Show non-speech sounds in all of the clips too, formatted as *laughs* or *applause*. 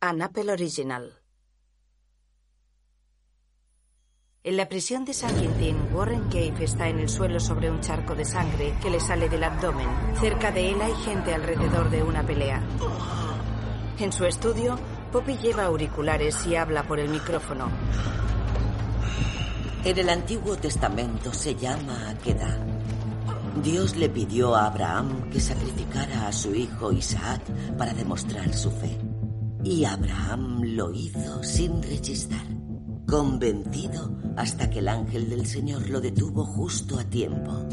An Apple Original. En la prisión de San Quintín, Warren Cave está en el suelo sobre un charco de sangre que le sale del abdomen. Cerca de él hay gente alrededor de una pelea. En su estudio, Poppy lleva auriculares y habla por el micrófono. En el Antiguo Testamento se llama Aqueda. Dios le pidió a Abraham que sacrificara a su hijo Isaac para demostrar su fe. Y Abraham lo hizo sin rechistar, convencido hasta que el ángel del Señor lo detuvo justo a tiempo.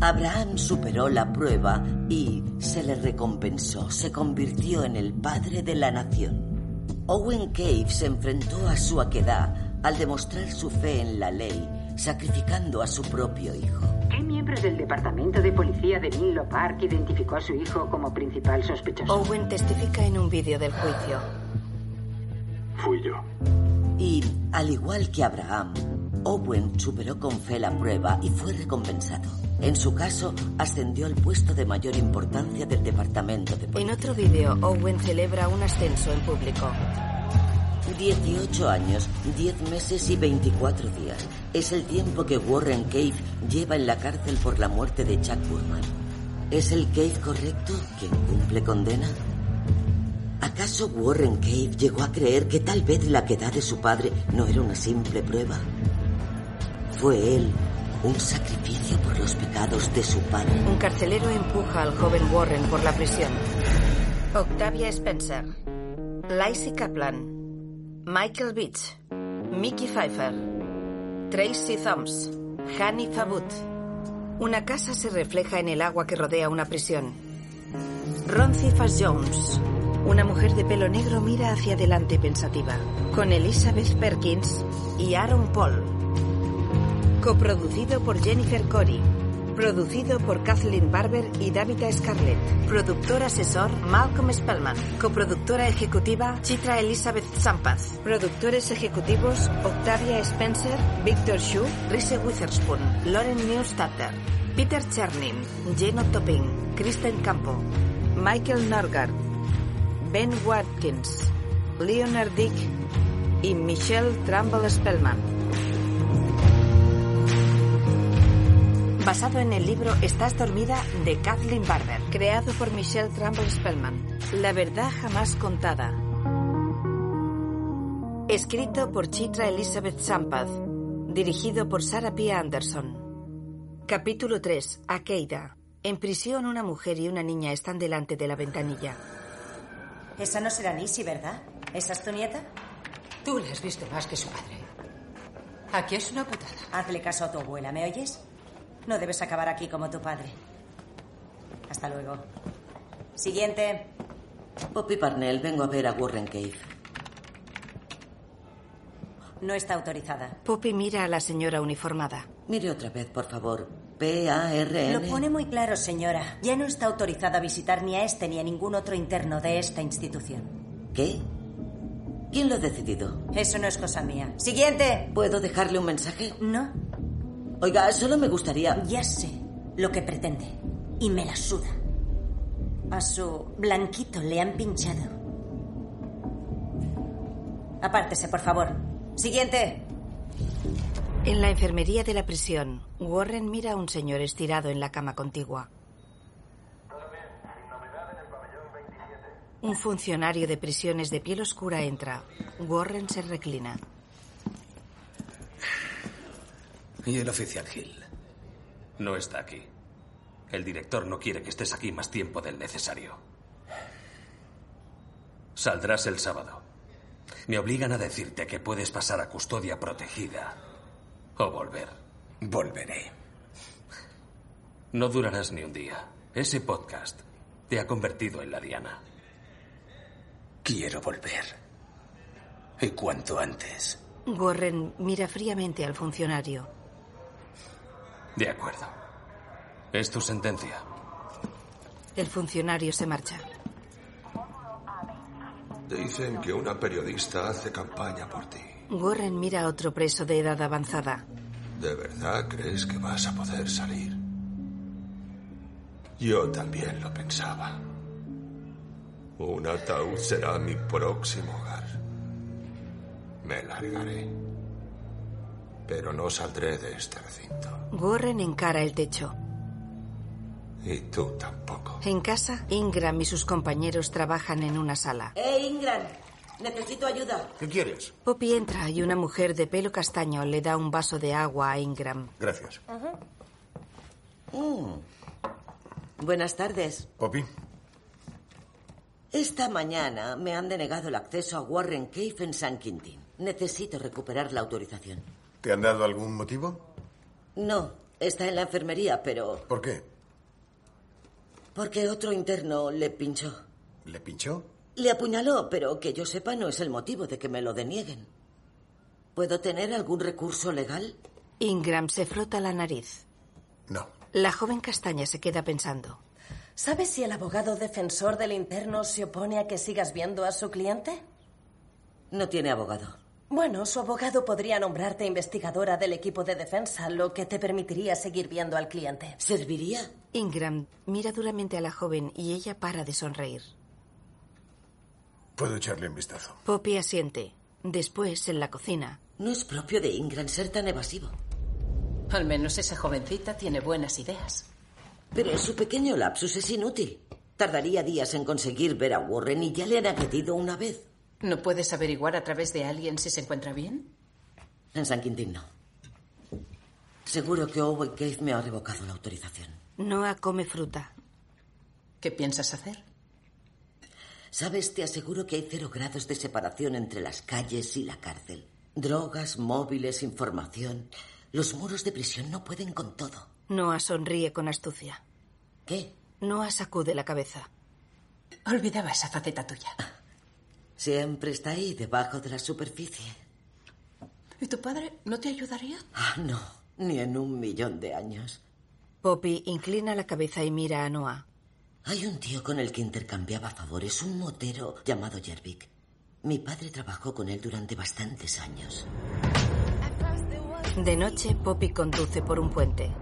Abraham superó la prueba y se le recompensó, se convirtió en el padre de la nación. Owen Cave se enfrentó a su aquedad al demostrar su fe en la ley, sacrificando a su propio hijo. ¿Qué miembro del departamento de policía de Menlo Park identificó a su hijo como principal sospechoso? Owen testifica en un vídeo del juicio. Fui yo. Y, al igual que Abraham, Owen superó con fe la prueba y fue recompensado. En su caso, ascendió al puesto de mayor importancia del departamento de policía. En otro vídeo, Owen celebra un ascenso en público. 18 años, 10 meses y 24 días. Es el tiempo que Warren Cave lleva en la cárcel por la muerte de Chuck Burman. ¿Es el Cave correcto quien cumple condena? ¿Acaso Warren Cave llegó a creer que tal vez la quedad de su padre no era una simple prueba? ¿Fue él un sacrificio por los pecados de su padre? Un carcelero empuja al joven Warren por la prisión. Octavia Spencer. Lacey Kaplan. Michael Beach, Mickey Pfeiffer, Tracy Thoms, Hani Fabut. Una casa se refleja en el agua que rodea una prisión. Roncifas Jones. Una mujer de pelo negro mira hacia adelante pensativa. Con Elizabeth Perkins y Aaron Paul. Coproducido por Jennifer Corey. Producido por Kathleen Barber y Davida Scarlett. Productor asesor Malcolm Spellman. Coproductora ejecutiva Chitra Elizabeth Zampaz. Productores ejecutivos Octavia Spencer, Victor Shu, Reese Witherspoon, Lauren Newstatter, Peter Chernin, Jeno Topping, Kristen Campo, Michael Norgard, Ben Watkins, Leonard Dick y Michelle Trumbull Spellman. Basado en el libro Estás dormida de Kathleen Barber, creado por Michelle Trumbull Spellman. La verdad jamás contada. Escrito por Chitra Elizabeth Sampaz. Dirigido por Sarah Pia Anderson. Capítulo 3. Akeida. En prisión una mujer y una niña están delante de la ventanilla. Esa no será Nisi, ¿verdad? ¿Esa es tu nieta? Tú la has visto más que su padre. Aquí es una putada. Hazle caso a tu abuela, ¿me oyes? No debes acabar aquí como tu padre. Hasta luego. Siguiente. Poppy Parnell, vengo a ver a Warren Cave. No está autorizada. Poppy mira a la señora uniformada. Mire otra vez, por favor. P-A-R-N. Lo pone muy claro, señora. Ya no está autorizada a visitar ni a este ni a ningún otro interno de esta institución. ¿Qué? ¿Quién lo ha decidido? Eso no es cosa mía. Siguiente. ¿Puedo dejarle un mensaje? No. Oiga, solo me gustaría. Ya sé lo que pretende. Y me la suda. A su blanquito le han pinchado. Apártese, por favor. Siguiente. En la enfermería de la prisión, Warren mira a un señor estirado en la cama contigua. Un funcionario de prisiones de piel oscura entra. Warren se reclina. Y el oficial Hill. No está aquí. El director no quiere que estés aquí más tiempo del necesario. Saldrás el sábado. Me obligan a decirte que puedes pasar a custodia protegida o volver. Volveré. No durarás ni un día. Ese podcast te ha convertido en la Diana. Quiero volver. Y cuanto antes. Warren mira fríamente al funcionario. De acuerdo. Es tu sentencia. El funcionario se marcha. Dicen que una periodista hace campaña por ti. Warren mira a otro preso de edad avanzada. ¿De verdad crees que vas a poder salir? Yo también lo pensaba. Un ataúd será mi próximo hogar. Me largaré. Pero no saldré de este recinto. Warren encara el techo. Y tú tampoco. En casa, Ingram y sus compañeros trabajan en una sala. ¡Eh, Ingram! Necesito ayuda. ¿Qué quieres? Poppy entra y una mujer de pelo castaño le da un vaso de agua a Ingram. Gracias. Mm. Buenas tardes. Poppy, Esta mañana me han denegado el acceso a Warren Cave en San Quintín. Necesito recuperar la autorización. ¿te han dado algún motivo? No, está en la enfermería, pero... ¿Por qué? Porque otro interno le pinchó. ¿Le pinchó? Le apuñaló, pero que yo sepa no es el motivo de que me lo denieguen. ¿Puedo tener algún recurso legal? Ingram se frota la nariz. No. La joven castaña se queda pensando. ¿Sabes si el abogado defensor del interno se opone a que sigas viendo a su cliente? No tiene abogado. Bueno, su abogado podría nombrarte investigadora del equipo de defensa, lo que te permitiría seguir viendo al cliente. ¿Serviría? Ingram mira duramente a la joven y ella para de sonreír. Puedo echarle un vistazo. Poppy asiente. Después, en la cocina, No es propio de Ingram ser tan evasivo. Al menos esa jovencita tiene buenas ideas. Pero su pequeño lapsus es inútil. Tardaría días en conseguir ver a Warren y ya le han agredido una vez. ¿No puedes averiguar a través de alguien si se encuentra bien? En San Quintín no. Seguro que Owen Cave me ha revocado la autorización. Noah come fruta. ¿Qué piensas hacer? Sabes, te aseguro que hay cero grados de separación entre las calles y la cárcel. Drogas, móviles, información. Los muros de prisión no pueden con todo. Noah sonríe con astucia. ¿Qué? Noah sacude la cabeza. Olvidaba esa faceta tuya. Siempre está ahí, debajo de la superficie. ¿Y tu padre no te ayudaría? Ah, no, ni en un millón de años. Poppy inclina la cabeza y mira a Noah. Hay un tío con el que intercambiaba favores, un motero llamado Jervik. Mi padre trabajó con él durante bastantes años. De noche, Poppy conduce por un puente.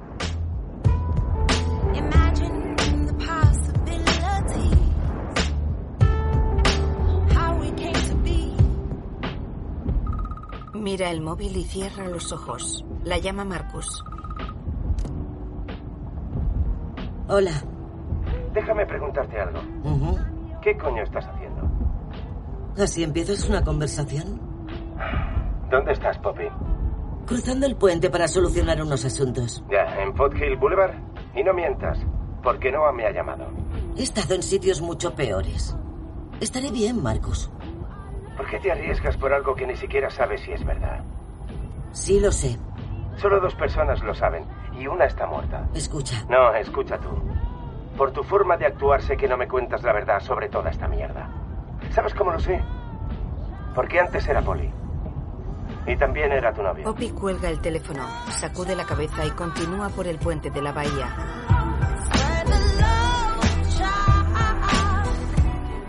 Mira el móvil y cierra los ojos. La llama Marcus. Hola. Déjame preguntarte algo. Ujú. ¿Qué coño estás haciendo? ¿Así empiezas una conversación? ¿Dónde estás, Poppy? Cruzando el puente para solucionar unos asuntos. Ya, en Foothill Boulevard. Y no mientas, porque Noah me ha llamado. He estado en sitios mucho peores. Estaré bien, Marcus. ¿Por qué te arriesgas por algo que ni siquiera sabes si es verdad? Sí lo sé. Solo dos personas lo saben, y una está muerta. Escucha. No, escucha tú. Por tu forma de actuar sé que no me cuentas la verdad sobre toda esta mierda. ¿Sabes cómo lo sé? Porque antes era poli. Y también era tu novio. Poppy cuelga el teléfono, sacude la cabeza y continúa por el puente de la bahía.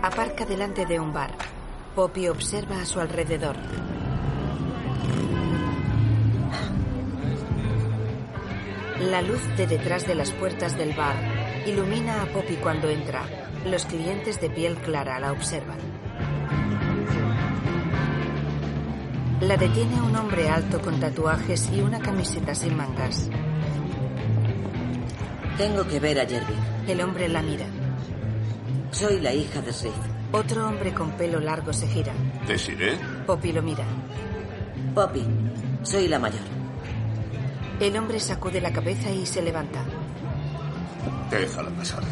Aparca delante de un bar. Poppy observa a su alrededor. La luz de detrás de las puertas del bar ilumina a Poppy cuando entra. Los clientes de piel clara la observan. La detiene un hombre alto con tatuajes y una camiseta sin mangas. Tengo que ver a Jervik. El hombre la mira. Soy la hija de Seth. Otro hombre con pelo largo se gira. ¿Desiré? Poppy lo mira. Poppy, soy la mayor. El hombre sacude la cabeza y se levanta. Déjala pasar.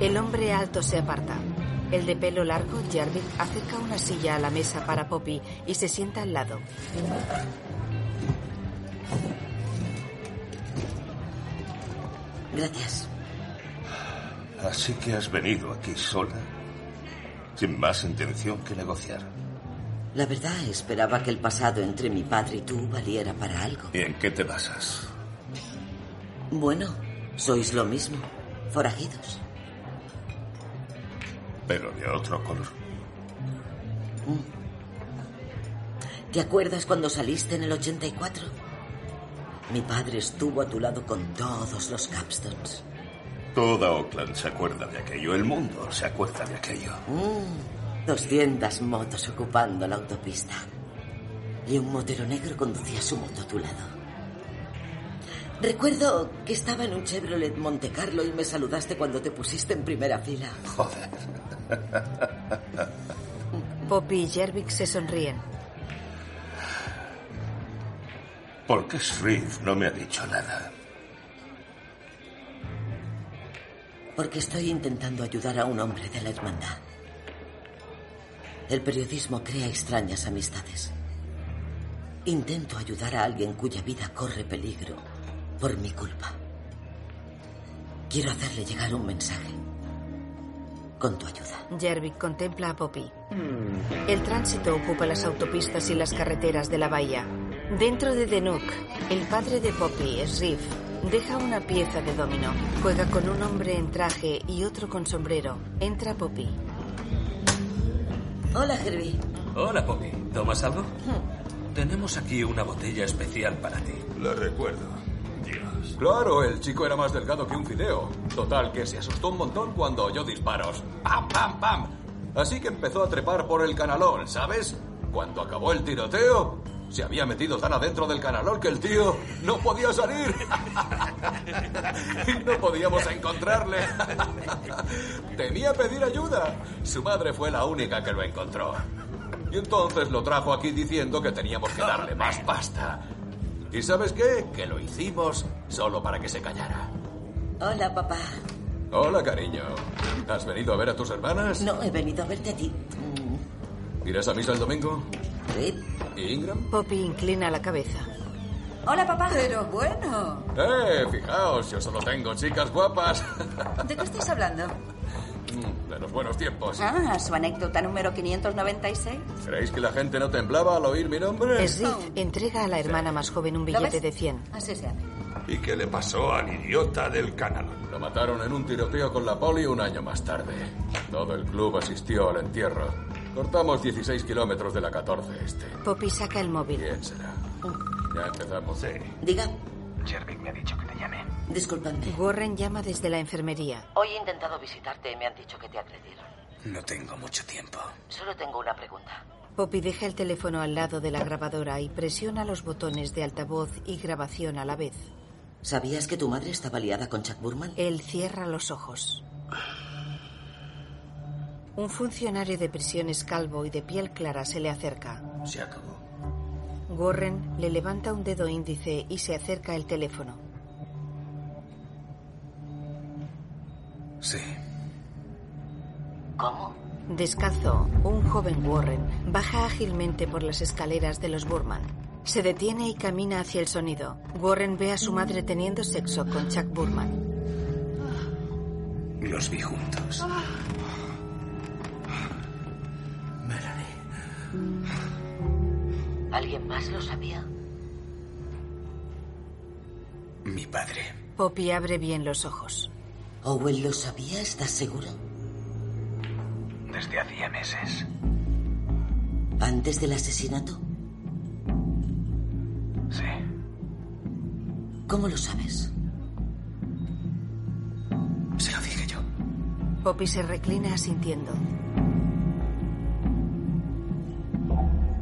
El hombre alto se aparta. El de pelo largo, Jarvik, acerca una silla a la mesa para Poppy y se sienta al lado. Gracias. Así que has venido aquí sola, sin más intención que negociar. La verdad, esperaba que el pasado entre mi padre y tú valiera para algo. ¿Y en qué te basas? Bueno, sois lo mismo. Forajidos. Pero de otro color. ¿Te acuerdas cuando saliste en el 84? Mi padre estuvo a tu lado con todos los capstones. Toda Oakland se acuerda de aquello. El mundo se acuerda de aquello. *laughs* Mm, 200 motos ocupando la autopista. Y un motero negro conducía su moto a tu lado. Recuerdo que estaba en un Chevrolet Monte Carlo y me saludaste cuando te pusiste en primera fila. Joder. Poppy y Jervik se sonríen. ¿Por qué Shreve no me ha dicho nada? Porque estoy intentando ayudar a un hombre de la hermandad. El periodismo crea extrañas amistades. Intento ayudar a alguien cuya vida corre peligro por mi culpa. Quiero hacerle llegar un mensaje. Con tu ayuda. Jervik contempla a Poppy. Hmm. El tránsito ocupa las autopistas y las carreteras de la bahía. Dentro de Denuk, el padre de Poppy, Srif, deja una pieza de dominó. Juega con un hombre en traje y otro con sombrero. Entra Poppy. Hola, Herbie. Hola, Poppy. ¿Tomas algo? Tenemos aquí una botella especial para ti. La recuerdo. Claro, el chico era más delgado que un fideo. Total, que se asustó un montón cuando oyó disparos. ¡Pam, pam, pam! Así que empezó a trepar por el canalón, ¿sabes? Cuando acabó el tiroteo, se había metido tan adentro del canalón que el tío no podía salir. *laughs* Y no podíamos encontrarle. Temía pedir ayuda. Su madre fue la única que lo encontró. Y entonces lo trajo aquí diciendo que teníamos que darle más pasta. ¿Y sabes qué? Que lo hicimos solo para que se callara. Hola, papá. Hola, cariño. ¿Has venido a ver a tus hermanas? No, he venido a verte a ti. ¿Irás a misa el domingo? Sí. ¿Y Ingram? Poppy inclina la cabeza. Hola, papá. Pero bueno, ¡Eh! Fijaos, yo solo tengo chicas guapas. *laughs* Mm, ¿de qué estáis hablando? De los buenos tiempos. Ah, su anécdota número 596. ¿Creéis que la gente no temblaba al oír mi nombre? Eh, Srif Eh, entrega a la hermana más joven un billete de 100. Así se hace. ¿Y qué le pasó al idiota del canal? Lo mataron en un tiroteo con la poli un año más tarde. Todo el club asistió al entierro. Cortamos 16 kilómetros de la 14 este. Poppy saca el móvil. ¿Quién será? Ya empezamos. Sí. Diga, Jervik me ha dicho que te llame. disculpadme. Warren llama desde la enfermería. Hoy he intentado visitarte y me han dicho que te agredieron. No tengo mucho tiempo. Solo tengo una pregunta. Poppy deja el teléfono al lado de la grabadora y presiona los botones de altavoz y grabación a la vez. ¿Sabías que tu madre estaba liada con Chuck Burman? Él cierra los ojos. Un funcionario de prisiones calvo y de piel clara se le acerca. Se acabó. Warren le levanta un dedo índice y se acerca el teléfono. Sí. ¿Cómo? Descalzo, un joven Warren baja ágilmente por las escaleras de los Burman. Se detiene y camina hacia el sonido. Warren ve a su madre teniendo sexo con Chuck Burman. Los vi juntos. ¿Alguien más lo sabía? Mi padre. Poppy abre bien los ojos. ¿Owen lo sabía? ¿Estás seguro? Desde hacía meses. ¿Antes del asesinato? Sí. ¿Cómo lo sabes? Se lo dije yo. Poppy se reclina asintiendo.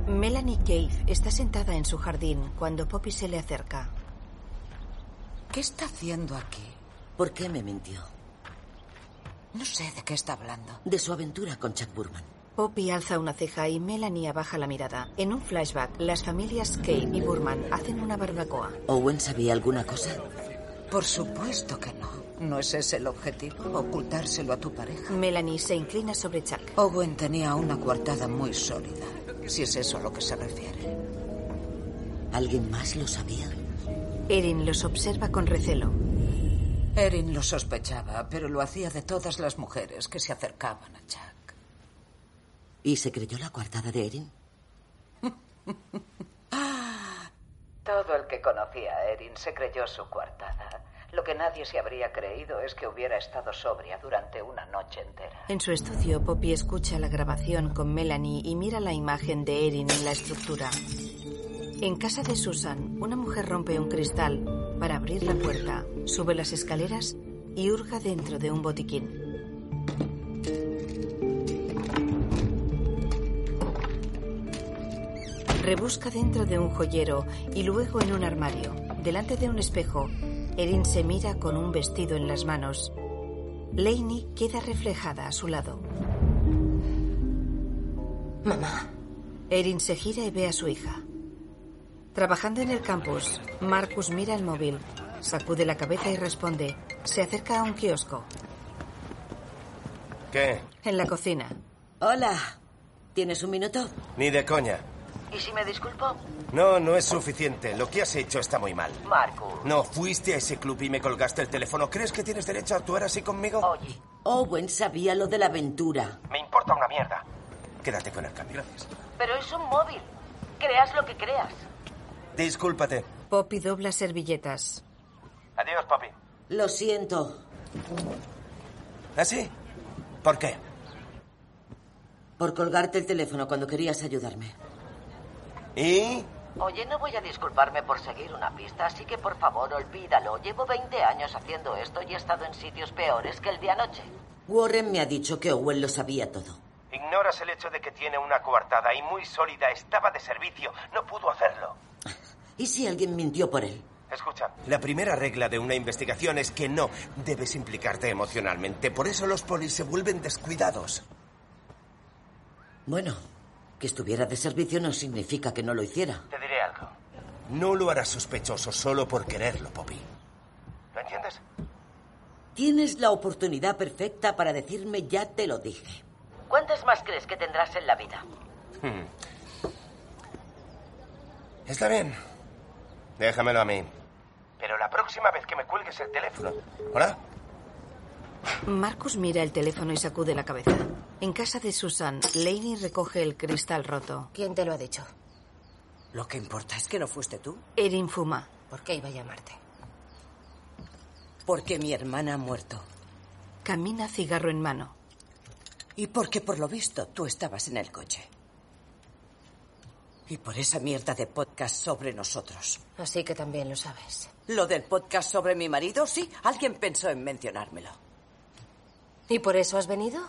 Melanie Cave está sentada en su jardín cuando Poppy se le acerca. ¿Qué está haciendo aquí? ¿Por qué me mintió? No sé de qué está hablando. De su aventura con Chuck Burman. Poppy alza una ceja y Melanie abaja la mirada. En un flashback, las familias Cave y Burman hacen una barbacoa. ¿Owen sabía alguna cosa? Por supuesto que no. ¿No es ese el objetivo? Ocultárselo a tu pareja. Melanie se inclina sobre Chuck. Owen tenía una coartada muy sólida, si es eso a lo que se refiere. ¿Alguien más lo sabía? Erin los observa con recelo. Erin lo sospechaba, pero lo hacía de todas las mujeres que se acercaban a Chuck. ¿Y se creyó la coartada de Erin? Todo el que conocía a Erin se creyó su coartada. Lo que nadie se habría creído es que hubiera estado sobria durante una noche entera. En su estudio, Poppy escucha la grabación con Melanie y mira la imagen de Erin en la estructura. En casa de Susan, una mujer rompe un cristal para abrir la puerta, sube las escaleras y hurga dentro de un botiquín. Rebusca dentro de un joyero y luego en un armario. Delante de un espejo, Erin se mira con un vestido en las manos. Lainey queda reflejada a su lado. Mamá. Erin se gira y ve a su hija. Trabajando en el campus, Marcus mira el móvil, sacude la cabeza y responde. Se acerca a un kiosco. ¿Qué? En la cocina. Hola. ¿Tienes un minuto? Ni de coña. ¿Y si me disculpo? No, no es suficiente. Lo que has hecho está muy mal. Marco. No, fuiste a ese club y me colgaste el teléfono. ¿Crees que tienes derecho a actuar así conmigo? Oye. Owen sabía lo de la aventura. Me importa una mierda. Quédate con el cambio. Gracias. Pero es un móvil. Creas lo que creas. Discúlpate. Poppy dobla servilletas. Adiós, papi. Lo siento. ¿Ah, sí? ¿Por qué? Por colgarte el teléfono cuando querías ayudarme. ¿Y? Oye, no voy a disculparme por seguir una pista, así que por favor olvídalo. Llevo 20 años haciendo esto y he estado en sitios peores que el de anoche. Warren me ha dicho que Owen lo sabía todo. Ignoras el hecho de que tiene una coartada y muy sólida. Estaba de servicio. No pudo hacerlo. ¿Y si alguien mintió por él? Escucha. La primera regla de una investigación es que no debes implicarte emocionalmente. Por eso los polis se vuelven descuidados. Bueno, que estuviera de servicio no significa que no lo hiciera. Te diré algo. No lo harás sospechoso solo por quererlo, Poppy. ¿Lo entiendes? Tienes la oportunidad perfecta para decirme ya te lo dije. ¿Cuántas más crees que tendrás en la vida? Hmm. Está bien. Déjamelo a mí. Pero la próxima vez que me cuelgues el teléfono. ¿Hola? Marcus mira el teléfono y sacude la cabeza. En casa de Susan, Laney recoge el cristal roto. ¿Quién te lo ha dicho? Lo que importa es que no fuiste tú. Erin fuma. ¿Por qué iba a llamarte? Porque mi hermana ha muerto. Camina cigarro en mano. Y porque por lo visto tú estabas en el coche. Y por esa mierda de podcast sobre nosotros. Así que también lo sabes. Lo del podcast sobre mi marido, sí, alguien pensó en mencionármelo. ¿Y por eso has venido?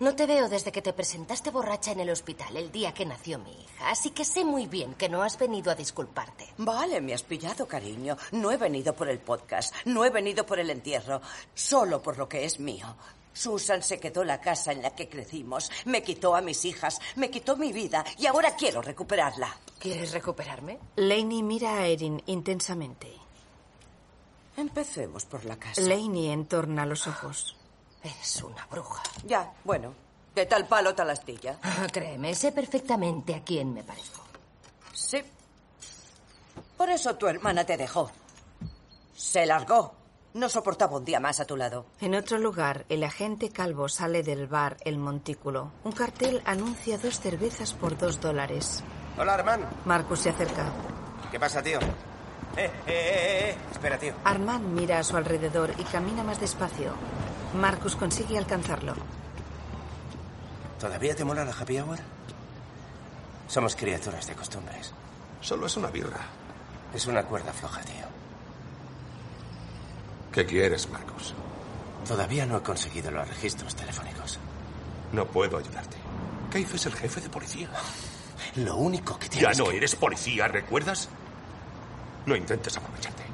No te veo desde que te presentaste borracha en el hospital el día que nació mi hija, así que sé muy bien que no has venido a disculparte. Vale, me has pillado, cariño. No he venido por el podcast, no he venido por el entierro, solo por lo que es mío. Susan se quedó la casa en la que crecimos, me quitó a mis hijas, me quitó mi vida y ahora quiero recuperarla. ¿Quieres recuperarme? Laney mira a Erin intensamente. Empecemos por la casa. Laney entorna los ojos. Eres una bruja. Ya, bueno. De tal palo, tal astilla. Créeme, sé perfectamente a quién me parezco. Sí. Por eso tu hermana te dejó. Se largó. No soportaba un día más a tu lado. En otro lugar, el agente calvo sale del bar El Montículo. Un cartel anuncia dos cervezas por dos dólares. Hola, hermano. Marcus se acerca. ¿Qué pasa, tío? Eh, eh, eh, eh. Espera, tío. Armand mira a su alrededor y camina más despacio. Marcus consigue alcanzarlo. ¿Todavía te mola la happy hour? Somos criaturas de costumbres. Solo es una birra. Es una cuerda floja, tío. ¿Qué quieres, Marcus? Todavía no he conseguido los registros telefónicos. No puedo ayudarte. Keith es el jefe de policía. *laughs* Lo único que Ya tienes no que- eres policía, ¿recuerdas? No intentes aprovecharte.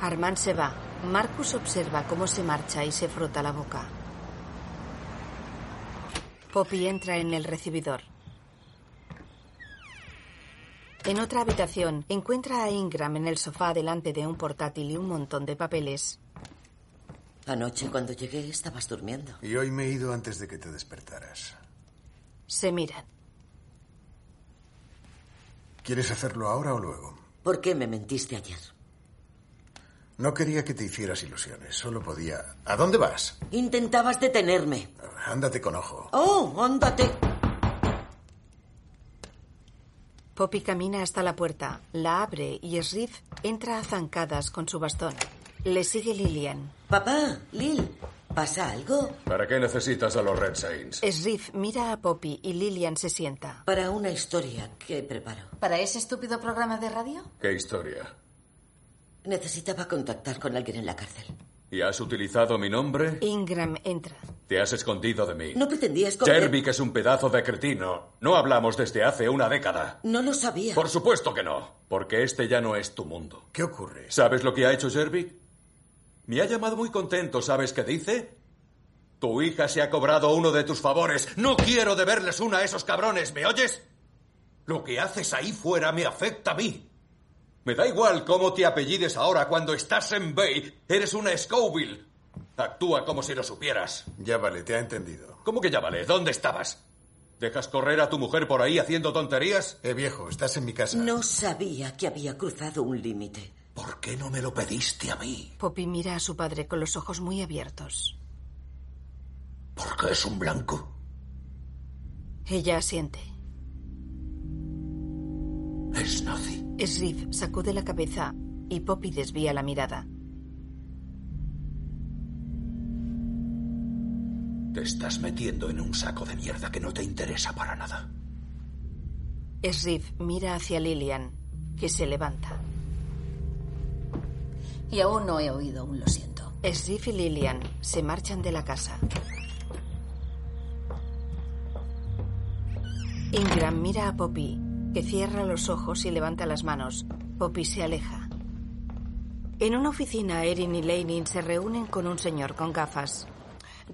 Armand se va. Marcus observa cómo se marcha y se frota la boca. Poppy entra en el recibidor. En otra habitación, encuentra a Ingram en el sofá delante de un portátil y un montón de papeles. Anoche cuando llegué estabas durmiendo. Y hoy me he ido antes de que te despertaras. Se miran. ¿Quieres hacerlo ahora o luego? ¿Por qué me mentiste ayer? No quería que te hicieras ilusiones, solo podía... ¿A dónde vas? Intentabas detenerme. Ándate con ojo. ¡Oh, ándate! Poppy camina hasta la puerta, la abre y Sriff entra a zancadas con su bastón. Le sigue Lillian. Papá, Lil, ¿pasa algo? ¿Para qué necesitas a los Red Saints? Sriff mira a Poppy y Lillian se sienta. Para una historia que preparo. ¿Para ese estúpido programa de radio? ¿Qué historia? Necesitaba contactar con alguien en la cárcel. ¿Y has utilizado mi nombre? Ingram entra. Te has escondido de mí. No pretendías coger... Chervik es un pedazo de cretino. No hablamos desde hace una década. No lo sabía. Por supuesto que no, porque este ya no es tu mundo. ¿Qué ocurre? ¿Sabes lo que ha hecho Chervik? Me ha llamado muy contento, ¿sabes qué dice? Tu hija se ha cobrado uno de tus favores. No quiero deberles una a esos cabrones, ¿me oyes? Lo que haces ahí fuera me afecta a mí. Me da igual cómo te apellides ahora cuando estás en Bay. Eres una Scoville. Actúa como si lo supieras. Ya vale, te ha entendido. ¿Cómo que ya vale? ¿Dónde estabas? ¿Dejas correr a tu mujer por ahí haciendo tonterías? Eh, viejo, estás en mi casa. No sabía que había cruzado un límite. ¿Por qué no me lo pediste a mí? Poppy mira a su padre con los ojos muy abiertos. ¿Por qué es un blanco? Ella asiente. Es nazi. Sriff sacude la cabeza y Poppy desvía la mirada. Te estás metiendo en un saco de mierda que no te interesa para nada. Sriff mira hacia Lillian, que se levanta. Y aún no he oído un lo siento. Sriff y Lillian se marchan de la casa. Ingram mira a Poppy, que cierra los ojos y levanta las manos. Poppy se aleja. En una oficina, Erin y Laning se reúnen con un señor con gafas.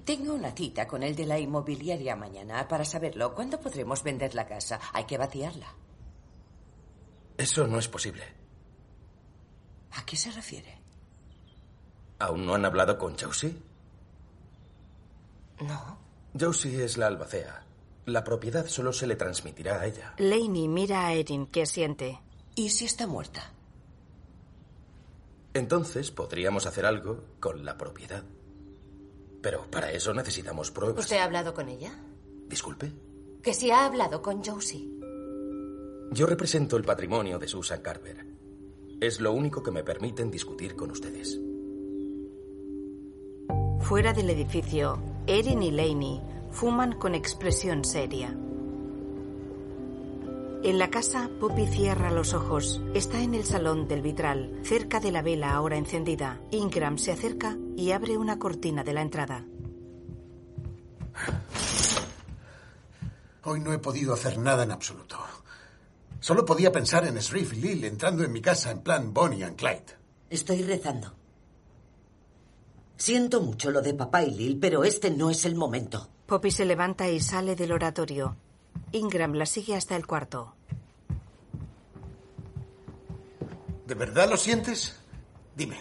Tengo una cita con el de la inmobiliaria mañana para saberlo. ¿Cuándo podremos vender la casa? Hay que vaciarla. Eso no es posible. ¿A qué se refiere? ¿Aún no han hablado con Josie? No. Josie es la albacea. La propiedad solo se le transmitirá a ella. Laney mira a Erin, que asiente. ¿Y si está muerta? Entonces podríamos hacer algo con la propiedad. Pero para eso necesitamos pruebas. ¿Usted ha hablado con ella? Disculpe. Que si ha hablado con Josie. Yo represento el patrimonio de Susan Carver. Es lo único que me permiten discutir con ustedes. Fuera del edificio, Erin y Laney fuman con expresión seria. En la casa, Poppy cierra los ojos. Está en el salón del vitral, cerca de la vela ahora encendida. Ingram se acerca y abre una cortina de la entrada. Hoy no he podido hacer nada en absoluto. Solo podía pensar en Shreve Lil entrando en mi casa en plan Bonnie and Clyde. Estoy rezando. Siento mucho lo de papá y Lil, pero este no es el momento. Poppy se levanta y sale del oratorio. Ingram la sigue hasta el cuarto. ¿De verdad lo sientes? Dime.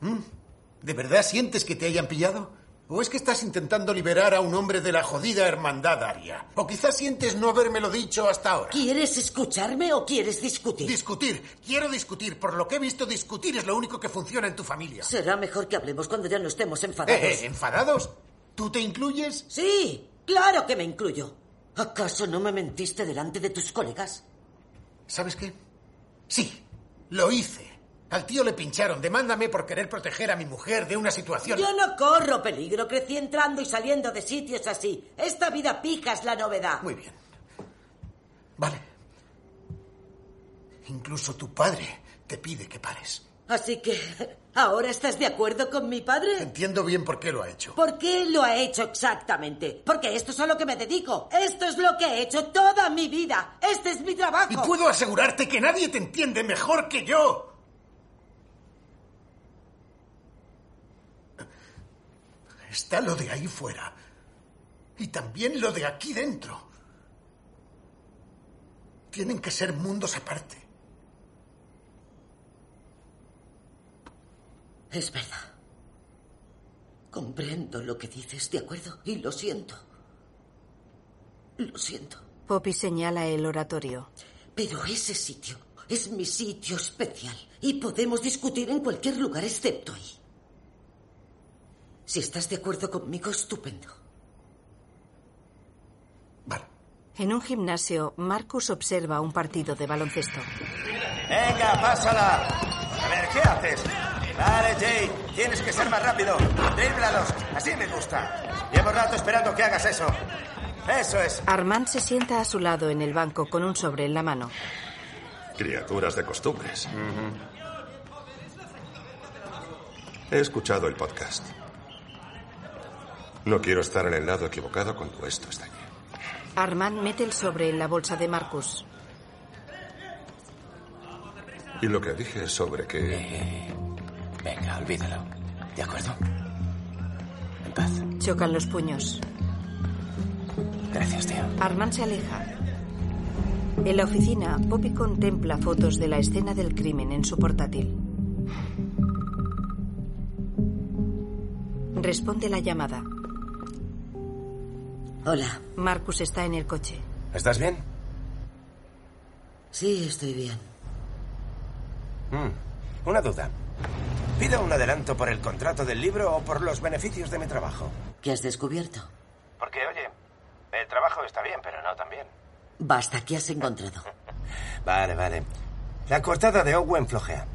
¿Mm? ¿De verdad sientes que te hayan pillado? ¿O es que estás intentando liberar a un hombre de la jodida hermandad aria? ¿O quizás sientes no habérmelo dicho hasta ahora? ¿Quieres escucharme o quieres discutir? Discutir. Quiero discutir. Por lo que he visto, discutir es lo único que funciona en tu familia. Será mejor que hablemos cuando ya no estemos enfadados. Eh, eh, ¿Enfadados? ¿Tú te incluyes? Sí, claro que me incluyo. ¿Acaso no me mentiste delante de tus colegas? ¿Sabes qué? Sí, lo hice. Al tío le pincharon. Demándame por querer proteger a mi mujer de una situación. Yo no corro peligro. Crecí entrando y saliendo de sitios así. Esta vida pica es la novedad. Muy bien. Vale. Incluso tu padre te pide que pares. Así que, ¿ahora estás de acuerdo con mi padre? Entiendo bien por qué lo ha hecho. ¿Por qué lo ha hecho exactamente? Porque esto es a lo que me dedico. Esto es lo que he hecho toda mi vida. Este es mi trabajo. Y puedo asegurarte que nadie te entiende mejor que yo. Está lo de ahí fuera. Y también lo de aquí dentro. Tienen que ser mundos aparte. Es verdad. Comprendo lo que dices, ¿de acuerdo? Y lo siento. Lo siento. Poppy señala el oratorio. Pero ese sitio es mi sitio especial y podemos discutir en cualquier lugar excepto ahí. Si estás de acuerdo conmigo, estupendo. Vale. En un gimnasio, Marcus observa un partido de baloncesto. Venga, pásala. A ver, ¿qué haces? Vale, Jay, tienes que ser más rápido. Driblados, así me gusta. Llevo rato esperando que hagas eso. Eso es. Armand se sienta a su lado en el banco con un sobre en la mano. Criaturas de costumbres. Uh -huh. He escuchado el podcast. No quiero estar en el lado equivocado cuando esto está aquí. Armand mete el sobre en la bolsa de Marcus. Y lo que dije sobre que... Eh, Venga, olvídalo. ¿De acuerdo? Chocan los puños. Gracias, tío. Armand se aleja. En la oficina, Poppy contempla fotos de la escena del crimen en su portátil. Responde la llamada. Hola. Marcus está en el coche. ¿Estás bien? Sí, estoy bien. Mm, Una duda. ¿Pido un adelanto por el contrato del libro o por los beneficios de mi trabajo? ¿Qué has descubierto? Porque, oye, el trabajo está bien, pero no tan bien. Basta, ¿qué has encontrado? Vale, vale. La cortada de Owen flojea.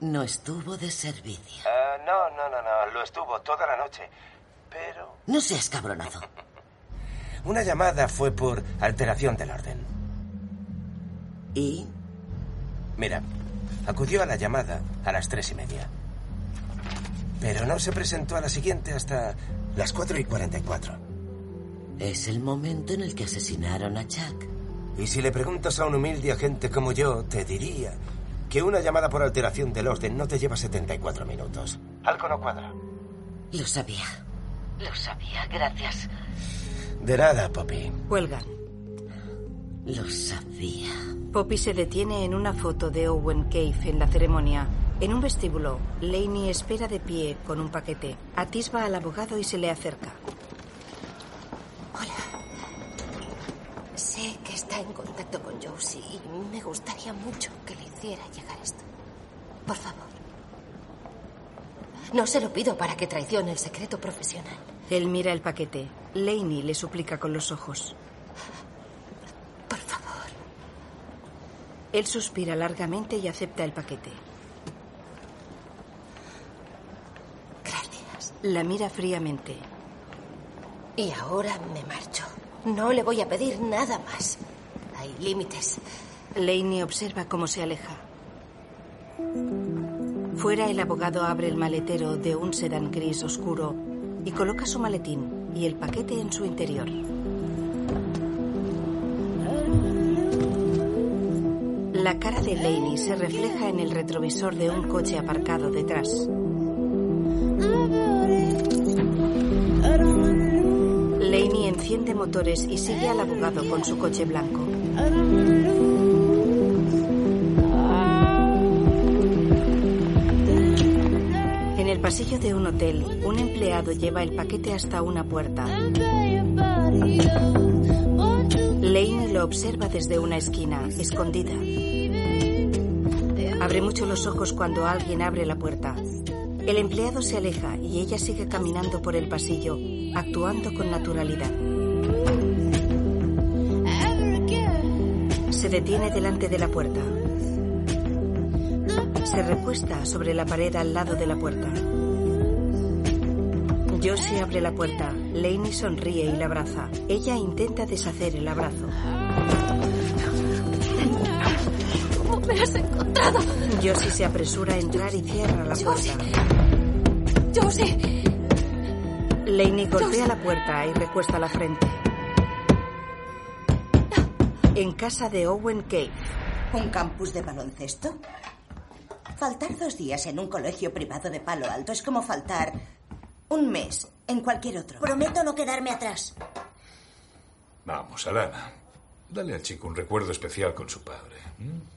No estuvo de servicio. Ah, no, no, no, no. Lo estuvo toda la noche. Pero No seas cabronazo. una llamada fue por alteración del orden. ¿Y? Mira, acudió a la llamada a las tres y media. Pero no se presentó a la siguiente hasta las cuatro y cuarenta y cuatro. Es el momento en el que asesinaron a Chuck. Y si le preguntas a un humilde agente como yo, te diría que una llamada por alteración del orden no te lleva 74 minutos. Algo no cuadra. Lo sabía. Lo sabía, gracias. De nada, Poppy. Cuelgan. Lo sabía. Poppy se detiene en una foto de Owen Cave en la ceremonia. En un vestíbulo, Laney espera de pie con un paquete. Atisba al abogado y se le acerca. Sé que está en contacto con Josie y me gustaría mucho que le hiciera llegar esto. Por favor. No se lo pido para que traicione el secreto profesional. Él mira el paquete. Laney le suplica con los ojos. Por favor. Él suspira largamente y acepta el paquete. Gracias. La mira fríamente. Y ahora me marcho. No le voy a pedir nada más. Hay límites. Laney observa cómo se aleja. Fuera, el abogado abre el maletero de un sedán gris oscuro y coloca su maletín y el paquete en su interior. La cara de Laney se refleja en el retrovisor de un coche aparcado detrás. Laney enciende motores y sigue al abogado con su coche blanco. En el pasillo de un hotel, un empleado lleva el paquete hasta una puerta. Lane lo observa desde una esquina, escondida. Abre mucho los ojos cuando alguien abre la puerta. El empleado se aleja y ella sigue caminando por el pasillo, actuando con naturalidad. Se detiene delante de la puerta. Se recuesta sobre la pared al lado de la puerta. Josie abre la puerta. Laney sonríe y la abraza. Ella intenta deshacer el abrazo. ¿Cómo me has encontrado? Josie se apresura a entrar y cierra la puerta. Josie, Laney golpea la puerta y recuesta la frente. En casa de Owen Cave. ¿Un campus de baloncesto? Faltar dos días en un colegio privado de Palo Alto es como faltar un mes en cualquier otro. Prometo no quedarme atrás. Vamos, Alana. Dale al chico un recuerdo especial con su padre.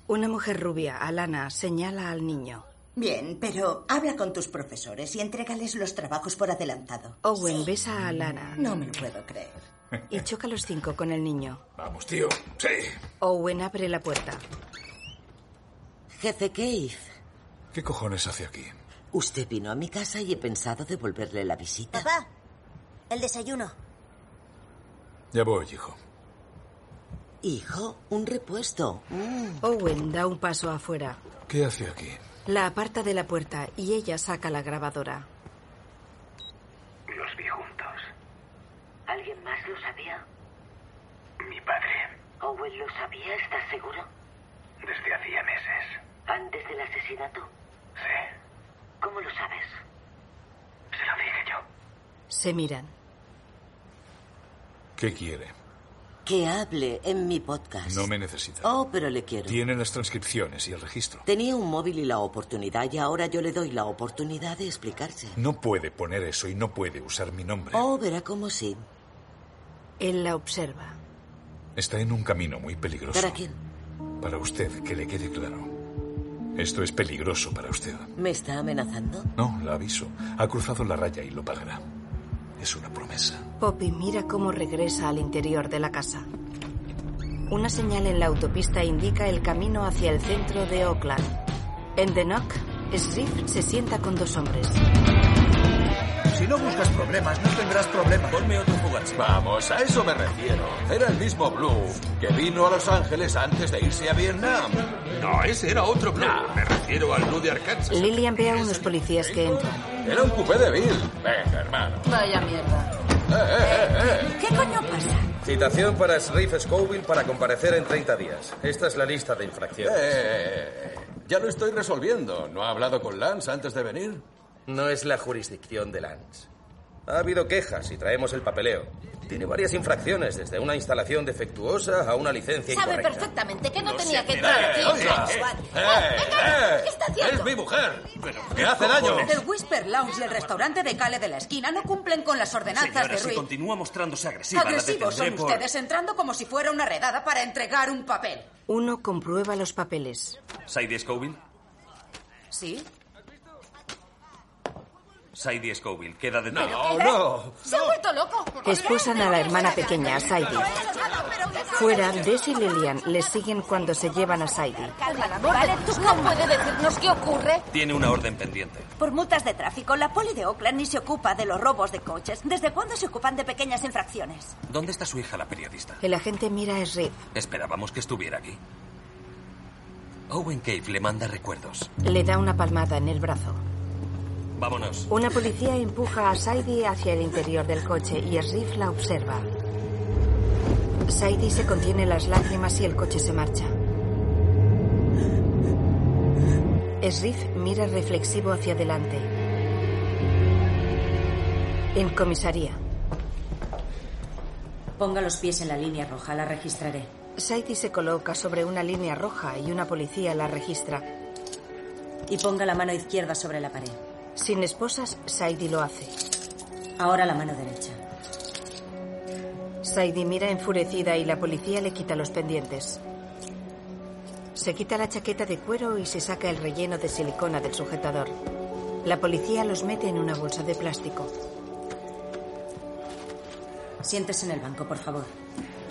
Una mujer rubia, Alana, señala al niño. Bien, pero habla con tus profesores y entrégales los trabajos por adelantado. Owen besa a Alana. No me lo puedo creer. Y choca los cinco con el niño. Vamos, tío. Sí. Owen abre la puerta. Jefe Cave, ¿Qué cojones hace aquí? usted vino a mi casa y he pensado devolverle la visita. Papá, el desayuno. Ya voy, hijo. Hijo, un repuesto. Mm. Owen da un paso afuera. ¿Qué hace aquí? La aparta de la puerta y ella saca la grabadora. Los vi juntos. ¿Alguien más lo sabía? Mi padre, ¿Owen lo sabía? ¿Estás seguro? desde hacía meses. ¿Antes del asesinato? Sí. ¿Cómo lo sabes? Se miran. ¿Qué quiere? Que hable en mi podcast. No me necesita. Oh, pero le quiero. Tiene las transcripciones y el registro. Tenía un móvil y la oportunidad y ahora yo le doy la oportunidad de explicarse. No puede poner eso y no puede usar mi nombre. Oh, verá cómo sí. Él la observa. Está en un camino muy peligroso. ¿Para quién? Para usted, que le quede claro. Esto es peligroso para usted. ¿Me está amenazando? No, la aviso. Ha cruzado la raya y lo pagará. Es una promesa. Poppy mira cómo regresa al interior de la casa. Una señal en la autopista indica el camino hacia el centro de Oakland. En The Knock, Sriff se sienta con dos hombres. Si no buscas problemas, no tendrás problemas. Ponme otro fugazi. Vamos, a eso me refiero. Era el mismo Blue que vino a Los Ángeles antes de irse a Vietnam. No, ese era otro Blue. Me refiero al Blue de Arkansas. Lillian ve a unos policías que entran. Era un coupé de Bill. Venga, hermano. Vaya mierda. Eh, eh, eh, eh. ¿Qué coño pasa? Citación para Sheriff Scoville para comparecer en 30 días. Esta es la lista de infracciones. Eh, ya lo estoy resolviendo. ¿No ha hablado con Lance antes de venir? No es la jurisdicción de Lance. Ha habido quejas y traemos el papeleo. Tiene varias infracciones, desde una instalación defectuosa a una licencia Sabe incorrecta. perfectamente que no, No tenía se que me entrar da, aquí. eh, oiga, Qué eh, suave. eh, Ah, venga, eh, ¿Qué está haciendo? Es mi mujer. Pero ¿qué hace daño? El Whisper Lounge y el restaurante de Cale de la esquina no cumplen con las ordenanzas Señora, de si Ruiz. continúa mostrándose agresiva, Agresivos la son detendré por... ustedes entrando como si fuera una redada para entregar un papel. Uno comprueba los papeles. ¿Saidi Scoville? ¿Sí? Saidi Scoville, queda de ¿Pero qué? Se ha vuelto loco. Expulsan a la hermana pequeña, a Saidi. Fuera, Des y Lillian les siguen cuando se llevan a Saidi. Por el amor de Dios, no puede decirnos qué ocurre. Tiene una orden pendiente. Por multas de tráfico, la poli de Oakland ni se ocupa de los robos de coches. ¿Desde cuándo se ocupan de pequeñas infracciones? ¿Dónde está su hija, la periodista? El agente mira a Sriff. Esperábamos que estuviera aquí. Owen Cave le manda recuerdos. Le da una palmada en el brazo. Vámonos. Una policía empuja a Saidi hacia el interior del coche y Sriff la observa. Saidi se contiene las lágrimas y el coche se marcha. Sriff mira reflexivo hacia adelante. En comisaría, Ponga los pies en la línea roja, la registraré. Saidi se coloca sobre una línea roja y una policía la registra. Y ponga la mano izquierda sobre la pared. Sin esposas, Saidi lo hace. Ahora la mano derecha. Saidi mira enfurecida y la policía le quita los pendientes. Se quita la chaqueta de cuero y se saca el relleno de silicona del sujetador. La policía los mete en una bolsa de plástico. Siéntese en el banco, por favor.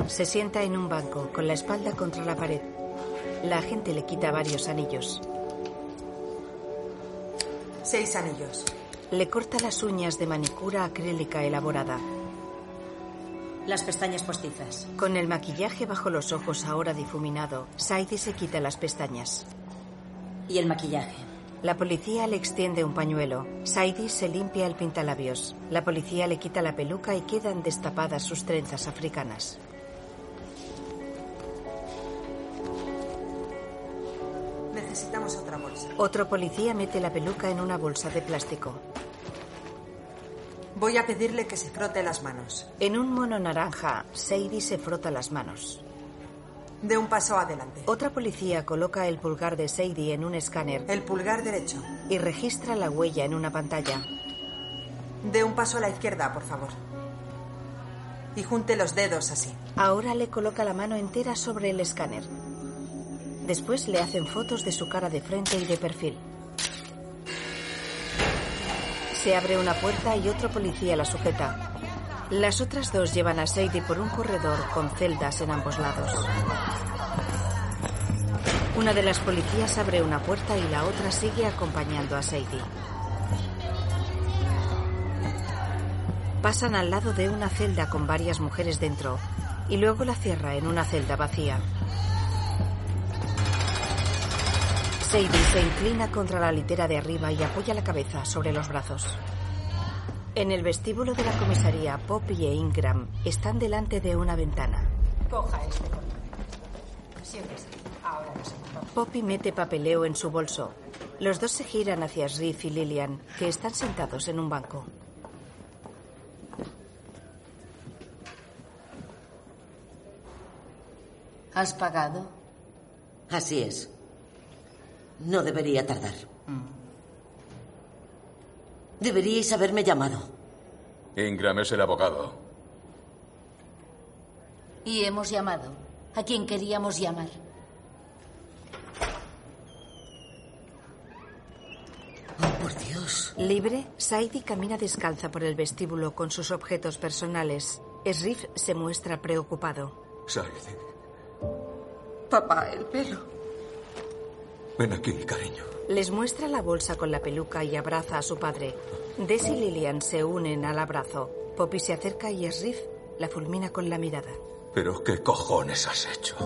Se sienta en un banco, con la espalda contra la pared. La agente le quita varios anillos. Seis anillos. Le corta las uñas de manicura acrílica elaborada. Las pestañas postizas. Con el maquillaje bajo los ojos ahora difuminado, Saidi se quita las pestañas. Y el maquillaje. La policía le extiende un pañuelo. Saidi se limpia el pintalabios. La policía le quita la peluca y quedan destapadas sus trenzas africanas. Necesitamos otra bolsa. Otro policía mete la peluca en una bolsa de plástico. Voy a pedirle que se frote las manos. En un mono naranja, Saidi se frota las manos. De un paso adelante. Otra policía coloca el pulgar de Sadie en un escáner. El pulgar derecho. Y registra la huella en una pantalla. De un paso a la izquierda, por favor. Y junte los dedos así. Ahora le coloca la mano entera sobre el escáner. Después le hacen fotos de su cara de frente y de perfil. Se abre una puerta y otro policía la sujeta. Las otras dos llevan a Sadie por un corredor con celdas en ambos lados. Una de las policías abre una puerta y la otra sigue acompañando a Sadie. Pasan al lado de una celda con varias mujeres dentro y luego la cierra en una celda vacía. Sadie se inclina contra la litera de arriba y apoya la cabeza sobre los brazos. En el vestíbulo de la comisaría, Poppy e Ingram están delante de una ventana. Coja este. por favor. Siéntese. Ahora no se mueva. Poppy mete papeleo en su bolso. Los dos se giran hacia Riff y Lillian, que están sentados en un banco. ¿Has pagado? Así es. No debería tardar. Deberíais haberme llamado. Ingram es el abogado. Y hemos llamado a quien queríamos llamar. por Dios. Libre, Saidi camina descalza por el vestíbulo con sus objetos personales. Srif se muestra preocupado. Said, Papá, el pelo. ven aquí, cariño. Les muestra la bolsa con la peluca y abraza a su padre. Des y Lillian se unen al abrazo. Poppy se acerca y Srif la fulmina con la mirada. ¿Pero qué cojones has hecho?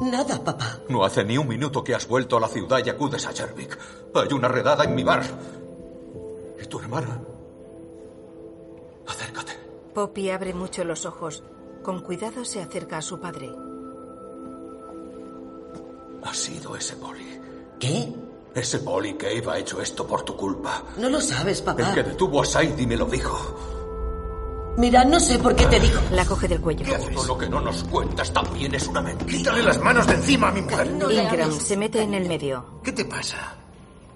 Nada, papá. No hace ni un minuto que has vuelto a la ciudad y acudes a Jervik. Hay una redada en mi bar. ¿Y tu hermana? Poppy abre mucho los ojos. Con cuidado se acerca a su padre. Ha sido ese poli. ¿Qué? Ese poli que Eva ha hecho esto por tu culpa. No lo sabes, papá. El que detuvo a Saidi me lo dijo. Mira, no sé por qué te digo. La coge del cuello. Todo lo que no nos cuentas también es una mentira. Quítale las manos de encima a mi mujer. Ingram se mete en el medio. ¿Qué te pasa?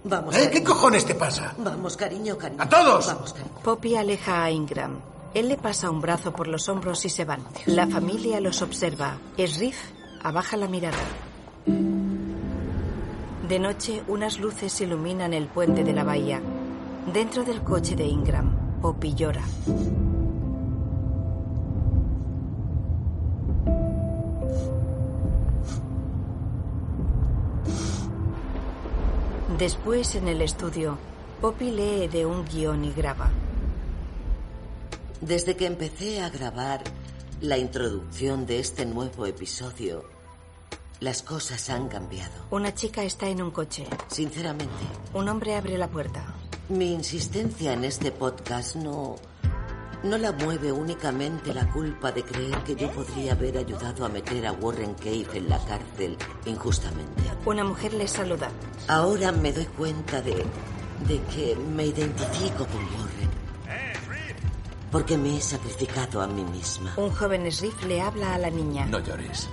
Vamos. ¿Eh? ¿Qué cojones te pasa? Vamos, cariño, cariño. ¡A todos! Poppy aleja a Ingram. Él le pasa un brazo por los hombros y se van. La familia los observa. Srif abaja la mirada. De noche, unas luces iluminan el puente de la bahía. Dentro del coche de Ingram, Poppy llora. Después, en el estudio, Poppy lee de un guión y graba. Desde que empecé a grabar la introducción de este nuevo episodio, las cosas han cambiado. Una chica está en un coche. Sinceramente, Un hombre abre la puerta. mi insistencia en este podcast no no la mueve únicamente la culpa de creer que yo podría haber ayudado a meter a Warren Cave en la cárcel injustamente. Una mujer le saluda. Ahora me doy cuenta de, de que me identifico con Warren. Porque me he sacrificado a mí misma. Un joven Srif le habla a la niña. No llores.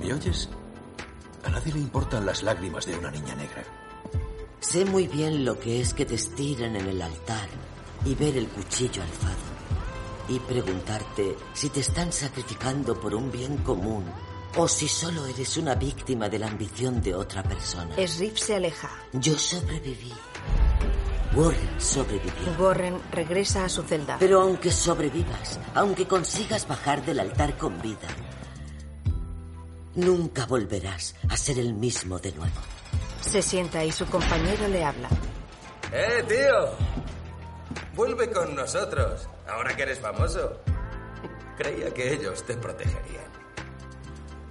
¿Me oyes? A nadie le importan las lágrimas de una niña negra. Sé muy bien lo que es que te estiren en el altar y ver el cuchillo alzado. Y preguntarte si te están sacrificando por un bien común o si solo eres una víctima de la ambición de otra persona. Srif se aleja. Yo sobreviví. Warren sobrevivió. Warren regresa a su celda. Pero aunque sobrevivas, aunque consigas bajar del altar con vida, nunca volverás a ser el mismo de nuevo. Se sienta y su compañero le habla. ¡Eh, tío! Vuelve con nosotros, ahora que eres famoso. Creía que ellos te protegerían.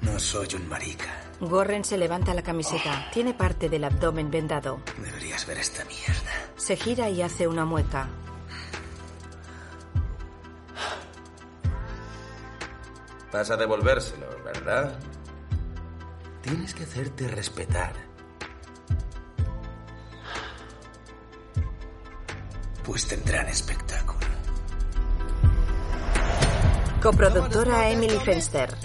No soy un marica. Warren se levanta la camiseta. Tiene parte del abdomen vendado. Deberías ver esta mierda. Se gira y hace una mueca. Vas a devolvérselo, ¿verdad? Tienes que hacerte respetar. Pues tendrán espectáculo. Coproductora Emily Fenster.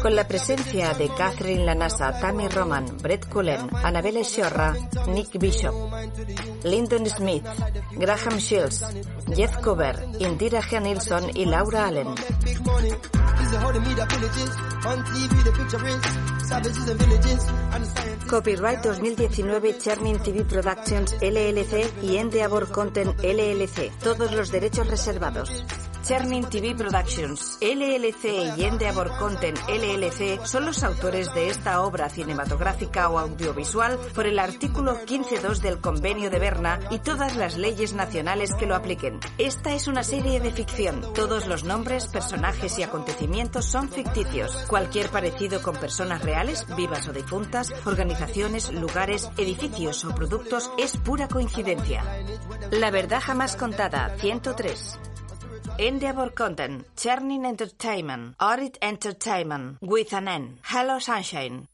Con la presencia de Catherine Lanasa, Tammy Roman, Brett Cullen, Annabelle Sciorra, Nick Bishop, Lyndon Smith, Graham Shields, Jeff Cover, Indira G. Nilsson y Laura Allen. big money. He's a holding me the villages. On TV, the picture is savages and villages. And the scientists. Copyright 2019 Charming TV Productions LLC y Endeavor Content LLC. Todos los derechos reservados. Charming TV Productions LLC y Endeavor Content LLC son los autores de esta obra cinematográfica o audiovisual por el artículo 15.2 del Convenio de Berna y todas las leyes nacionales que lo apliquen. Esta es una serie de ficción. Todos los nombres, personajes y acontecimientos son ficticios. Cualquier parecido con personas reales, vivas o difuntas, organizaciones, lugares, edificios o productos es pura coincidencia. La verdad jamás contada, 103. Endeavor Content, Churning Entertainment, Audit Entertainment, With an N, Hello Sunshine,